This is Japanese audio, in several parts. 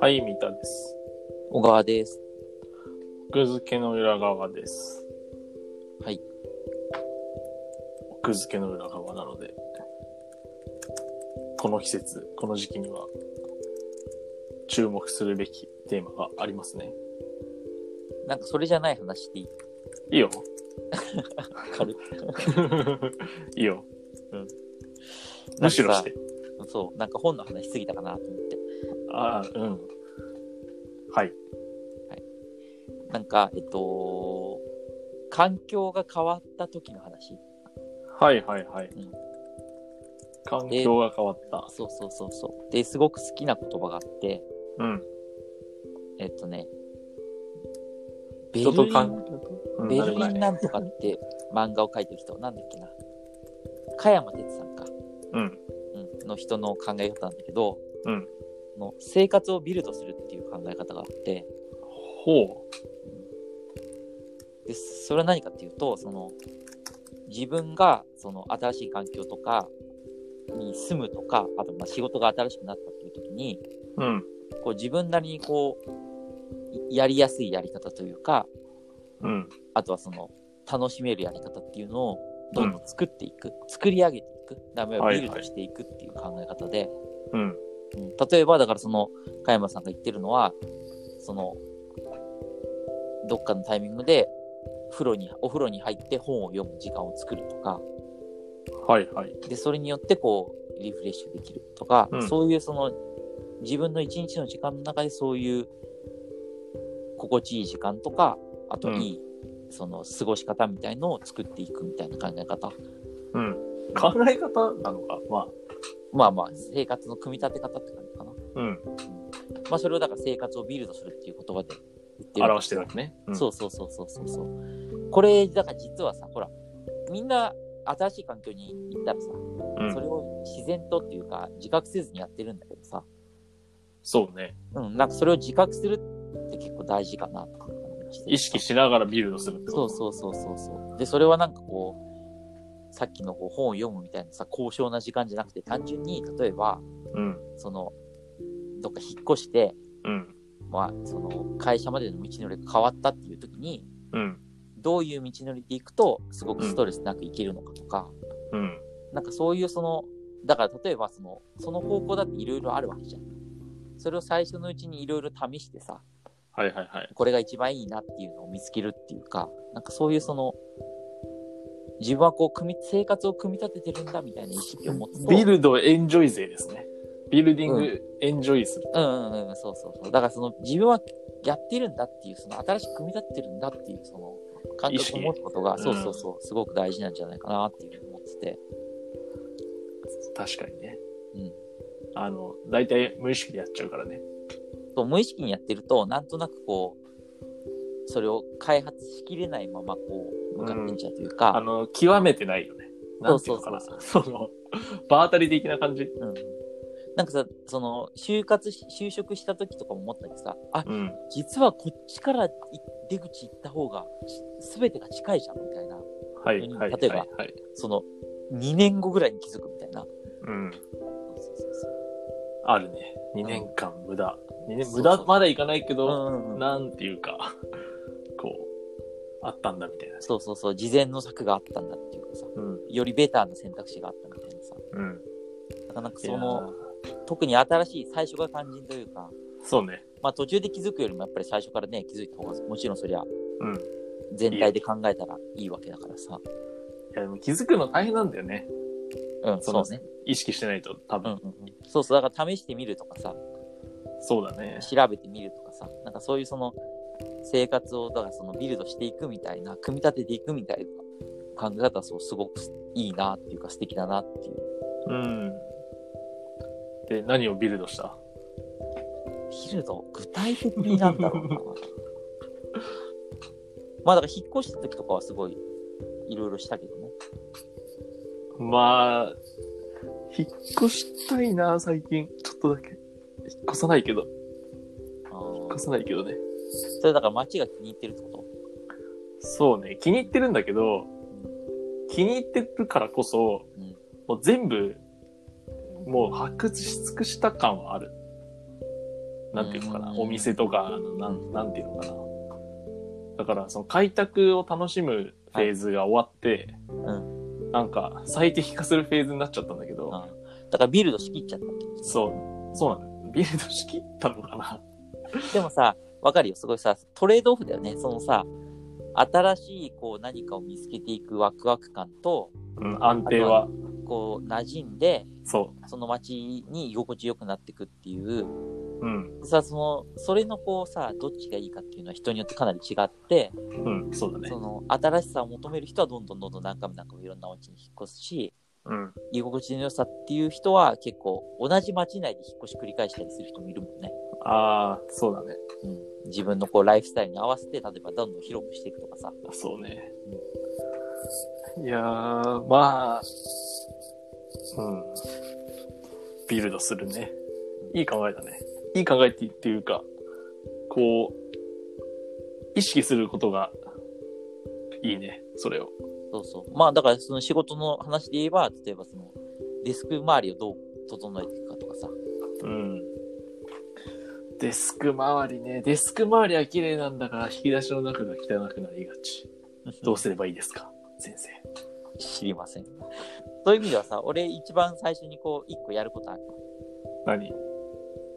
はい、三田です。小川です。奥付けの裏側です。はい。奥付けの裏側なので、この季節、この時期には、注目するべきテーマがありますね。なんかそれじゃない話していいいいよ。 軽くいいよ。うん。 むしろして。そう、なんか本の話しすぎたかなと思って。ああ、うん。はい。なんか、えっと、環境が変わった時の話。はいはいはい。うん環境が変わった。そうそうそうそう。で、すごく好きな言葉があって、うん。えっとね、ベル人リと環ン、境と。うんベなんルでもなリいンねなんとかって漫画を描いてる人、なんだっけな。加山哲さんか。うん。うん、の人の考え方なんだけど、うんの生活をビルドするっていう考え方があって、ほでそれは何かっていうとその自分がその新しい環境とかに住むとかあとまあ仕事が新しくなったっていう時にう。うん。こう自分なりにこういやりやすいやり方というかうん。あとはその楽しめるやり方っていうのをどんどん作っていく、作り上げていくだからはいはビいルドしていくっていう考え方で、うん。うん例えばだからその加山さんが言ってるのはそのどっかのタイミングで風呂にお風呂に入って本を読む時間を作るとかはいはい。でそれによってこうリフレッシュできるとか、うんそういうその自分の一日の時間の中でそういう心地いい時間とかあといい、その過ごし方みたいのを作っていくみたいな考え方うん。考え方なのか。まあ。まあまあ生活の組み立て方って感じかな、うん。まあ、それをだから生活をビルドするっていう言葉で言ってる表してるわけね。そうそうそうそうそうそう。これ、だから実はさ、ほら、みんな新しい環境に行ったらさ、うん。それを自然とっていうか、自覚せずにやってるんだけどさ、そうね。うん、なんかそれを自覚するって結構大事かなと思いました。意識しながらビルドするってそこうとそうそうそうそう。で、それはなんかこう、さっきのこう本を読むみたいなさ、高尚な時間じゃなくて、単純に、例えば、うん。その、どっか引っ越して、うん。まあ、その、会社までの道のりが変わったっていう時に、うん。どういう道のりで行くとすごくストレスなく行けるのかとか、うん。なんかそういうそのだから例えばそのその方向だっていろいろあるわけじゃんそれを最初のうちにいろいろ試してさはいはいはい。これが一番いいなっていうのを見つけるっていうかなんかそういうその自分はこう組み生活を組み立ててるんだみたいな意識を持つとビルドエンジョイ勢ですね。ビルディンうグエンジョイする。うんうんうんそうそうそうだからその自分はやってるんだっていうその新しく組み立ててるんだっていうその感意覚識を持つことがそううんそうそうすごく大事なんじゃないかなっていうふうに思ってて確かにね。うんあの、大体無意識でやっちゃうからね。そう無意識にやってるとなんとなくこうそれを開発しきれないままこう向かっていっちゃうというあか、の、極めてないよね。なんていうのかな。そうその、場当たり的な感じ。うんなんかさその就活し就職した時とかも思ったけどさあうん。実はこっちからい出口行った方がし全てが近いじゃんみたいなはいはいはい例えばはい。その2年後ぐらいに気づくみたいなうん。そうそうそうそうあるね。2年間無駄。2年そうそ無う駄まだいかないけうど、んうんうんなんていうか、 こう、あったんだみたいな。そうそうそう事前の策があったんだっていうかさうん。よりベターな選択肢があったみたいなさうん。なかなかいやーその特に新しい最初が肝心というかそうね。まあ途中で気づくよりもやっぱり最初からね気づいた方がもちろんそりゃうん。い全体で考えたらいいわけだからさ。や、でも気づくの大変なんだよね。うん、そそううね。意識してないと多うん分。うんうん、そうそう、だから試してみるとかさ、そうだね。調べてみるとかさ、なんかそういうその生活を、だからそのビルドしていくみたいな、組み立てていくみたいな考え方はそう、すごくいいなっていうか素敵だなっていう。うん。で、何をビルドしたビルド、具体的になんだろうな。 まあだから引っ越した時とかはすごいいろいろしたけどね。まあ、引っ越したいな、最近。ちょっとだけ。引っ越さないけど、引あーっ越さないけどね。それだから街が気に入ってるってことそうね。気に入ってるんだけど、気に入ってるからこそ、うんもう全部、もう発掘し尽くした感はある。なんていうのかな、うんお店とか、あのなん、なんていうのかな。だから、その開拓を楽しむフェーズが終わって、うなんか最適化するフェーズになっちゃったんだけど、うんだからビルドしきっちゃったってことそう、そうなんだよ。ビルドしきったのかな。でもさ、わかるよ。すごいさ、トレードオフだよね。そのさ、新しいこう何かを見つけていくワクワク感と、うん、安定は、こう馴染んで、そその街に居心地よくなっていくっていう、う。うん、さ、その、それのこうさ、どっちがいいかっていうのは人によってかなり違って、うん、そうだねそ。の、新しさを求める人はどんどんどんどん何回も何回もいろんなお家に引っ越すし、うん。居心地の良さっていう人は結構同じ街内で引っ越し繰り返したりする人もいるもんね。ああ、そうだね。うん、自分のこうライフスタイルに合わせて、例えばどんどん広くしていくとかさ。そうね。いやー、まあ、うん。ビルドするね。いい考えだね。いい考えっていうか、こう、意識することが、いいね、それを。そうそう。まあだからその仕事の話で言えば、例えばそのデスク周りをどう整えていくかとかさ。うん。デスク周りね。デスク周りは綺麗なんだから、引き出しの中が汚くなりがち。どうすればいいですか先生。知りません。そういう意味ではさ、俺一番最初にこう一個やることある。何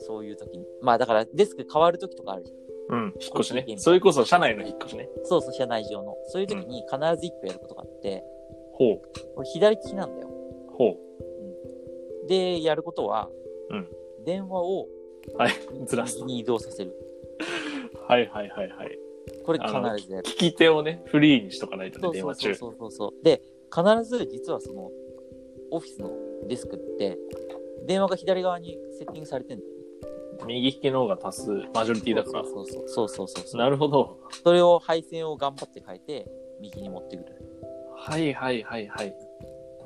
そういう時に。まあだからデスク変わる時とかあるじゃん。うん。引っ越しね。それこそ、社内の引っ越しね。そうそう、社内上の。そういう時に必ず一個やることがあって、ほう。俺左利きなんだよ。ほう。で、やることは、うん電話をはい、 ずらす右。に移動させる。はいはいはいはい。これ必ずや聞る。き手をね、フリーにしとかないとそね、う電そ話うそ中う。そうそうそう。で、必ず実はその、オフィスのデスクって、電話が左側にセッティングされてんだよね。右利きの方が多数、マジョリティだから。そうそうそうそうそうそう。なるほど。それを配線を頑張って変えて、右に持ってくる。はいはいはい はい。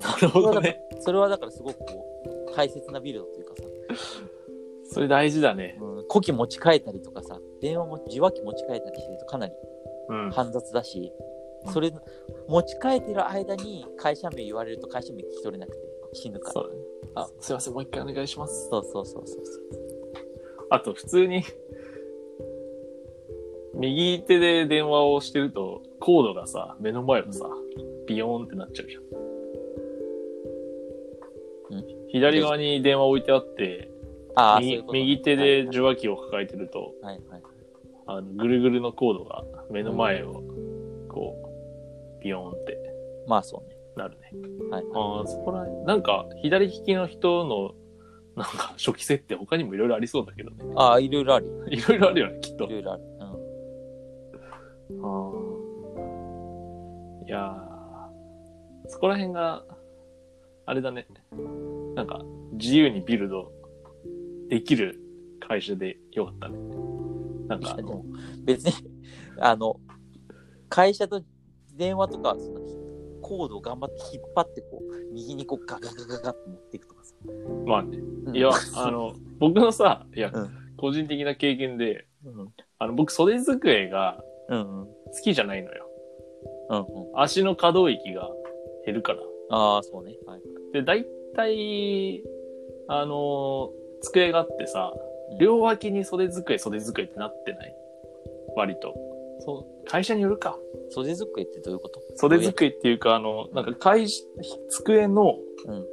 なるほどね。それはだからすごくこう、大切なビルドというかさ、 それ大事だね。うん、古希持ち替えたりとかさ、電話も受話器持ち替えたりしてるとかなりうん。煩雑だしう、んそれ、持ち替えてる間に会社名言われると会社名聞き取れなくて死ぬから。そうだね。あ、すいません、もう一回お願いします。そうそうそうそうそう。あと、普通に、右手で電話をしてると、コードがさ、目の前をさ、ビヨーンってなっちゃうじゃ。うん左側に電話置いてあって、ああ、そうい右うことね右手で受話器を抱えてると、はいはい。あの、ぐるぐるのコードが目の前を、こう、ビヨーンってまあそうね。なるね。はい。ああ、そこら辺、なんか、左利きの人の、なんか、初期設定他にもいろいろありそうだけどね。 ああ、いろいろあるよ。いろいろあるよね、きっとい。ろいろある。ああ。いやーそこら辺が、あれだね。なんか、自由にビルドできる会社でよかったね。なんうん。いかや、で、も、別に、 あの、会社と電話とか、その、コードを頑張って引っ張って、こう、右にこう、ガガガガガって持っていくとかさ。まあね。うんいや、あ、の、僕のさ、いや、うん個人的な経験で、うん。あの、僕、袖机がうんうん。好きじゃないのよ。うんうん。足の可動域が減るから。ああ、そうね。はい。で、大体、あの、机があってさうん、両脇に袖机、袖机ってなってない割と。そう、会社によるか。袖机ってどういうこと袖机っていうか、あの、なんか会社、机の、うん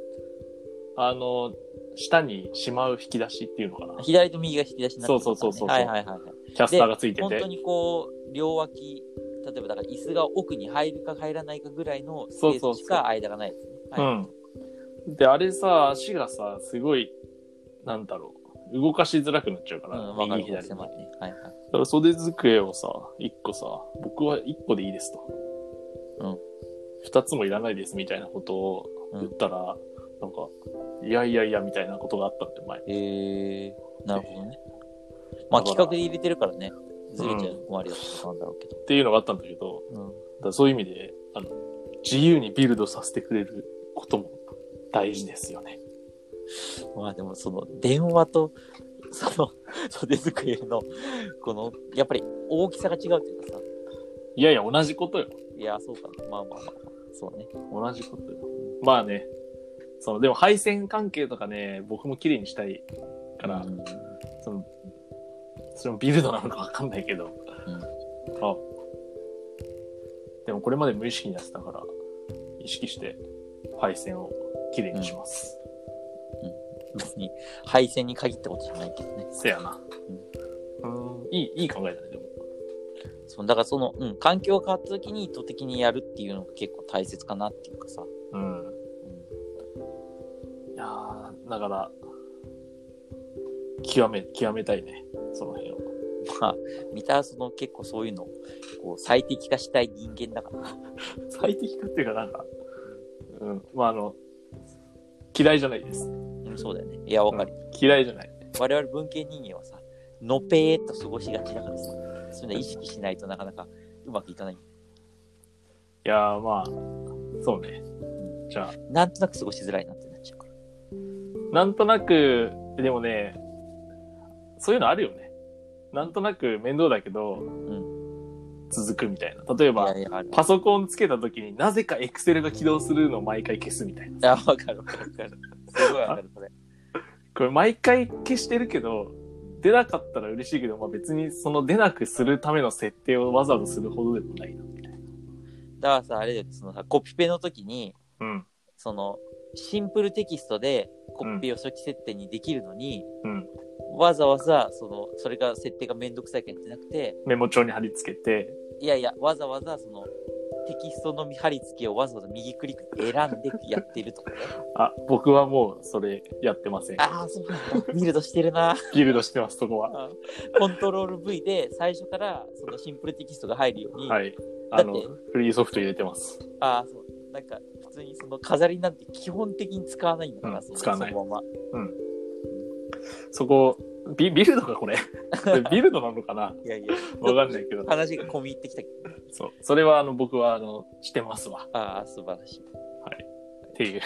あの、下にしまう引き出しっていうのかな。左と右が引き出しになってるそうそうそうそうはいはいはいはい。キャスターがついて本て当。にこう両脇例えばだから椅子が奥に入るか入らないかぐらいのスペそうそーうスそうしか間がないですね。うはいん。で、あれさ、足がさ、すごい、なんだろう、動かしづらくなっちゃうかうら、ん、わかる右左に。だ狭いね。はいはい。から袖机をさ、一個さ、僕は一個でいいですと。うん。二つもいらないですみたいなことを言ったら、なんか、いやいやいやみたいなことがあったって前。へえー、なるほどね。まあだから企画で入れてるからね、ずれちゃうのもありだったなんだろうけど。っていうのがあったんだけど、うんだからそういう意味で、あの、自由にビルドさせてくれることも大事ですよね。まあでもその電話と その袖机のこのやっぱり大きさが違うというかさ、いやいや、同じことよ。いや、そうかな、まあまあまあ、そうね。同じことよ。まあね、そう、でも配線関係とかね、僕も綺麗にしたいから、うんその、それもビルドなのかわかんないけど、んあ、でもこれまで無意識にやってたから、意識して配線を綺麗にします。別に配線に限ったことじゃないけどね。せやな。うん、いい、いい考えだね、でも。そうだからその、うん、環境が変わった時に意図的にやるっていうのが結構大切かなっていうかさ。うん。いやーだから、極め、極めたいね、その辺を。まあ、見たその結構そういうのをこう最適化したい人間だから。最適化っていうかなんか、うん、まああの、嫌いじゃないです。うん、そうだよね。いや、わかる。嫌いじゃない。我々文系人間はさ、のぺーっと過ごしがちだからさ、そういうの意識しないとなかなかうまくいかない。いやーまあ、そうね。じゃあ、なんとなく過ごしづらいなってなっちゃうから。なんとなく、でもね、そういうのあるよね。なんとなく面倒だけど、続くみたいな。例えばい、やいや、ある。パソコンつけた時になぜか Excel が起動するのを毎回消すみたいな。いや、わかるわかるわかる。すごいわかる、これ。これ毎回消してるけど、出なかったら嬉しいけど、まあ別にその出なくするための設定をわざわざするほどでもないな、みたいな。だからさ、あれだよ、そのさ、コピペの時に、うん。その、シンプルテキストでコピーを初期設定にできるのに、うん。わざわざ、その、それが設定がめんどくさいからやってなくて、メモ帳に貼り付けて、いやいや、わざわざその、テキストの見張り付けをわざわざ右クリックで選んでやってるとかね。あ、僕はもうそれやってません。ああ、そうなんだ。ビルドしてるな。ギルドしてます、そこは。コントロール V で最初からそのシンプルテキストが入るように、はい。あのだって、フリーソフト入れてます。ああ、そう。なんか、普通にその飾りなんて基本的に使わないんだから、うんその使わないそのまま。そこ、ビビルドか、これ。 これビルドなのかないやいや、わかんない けど。話が込み入ってきたけど。そう。それは、あの、僕は、あの、してますわ。ああ、素晴らしい。っていう。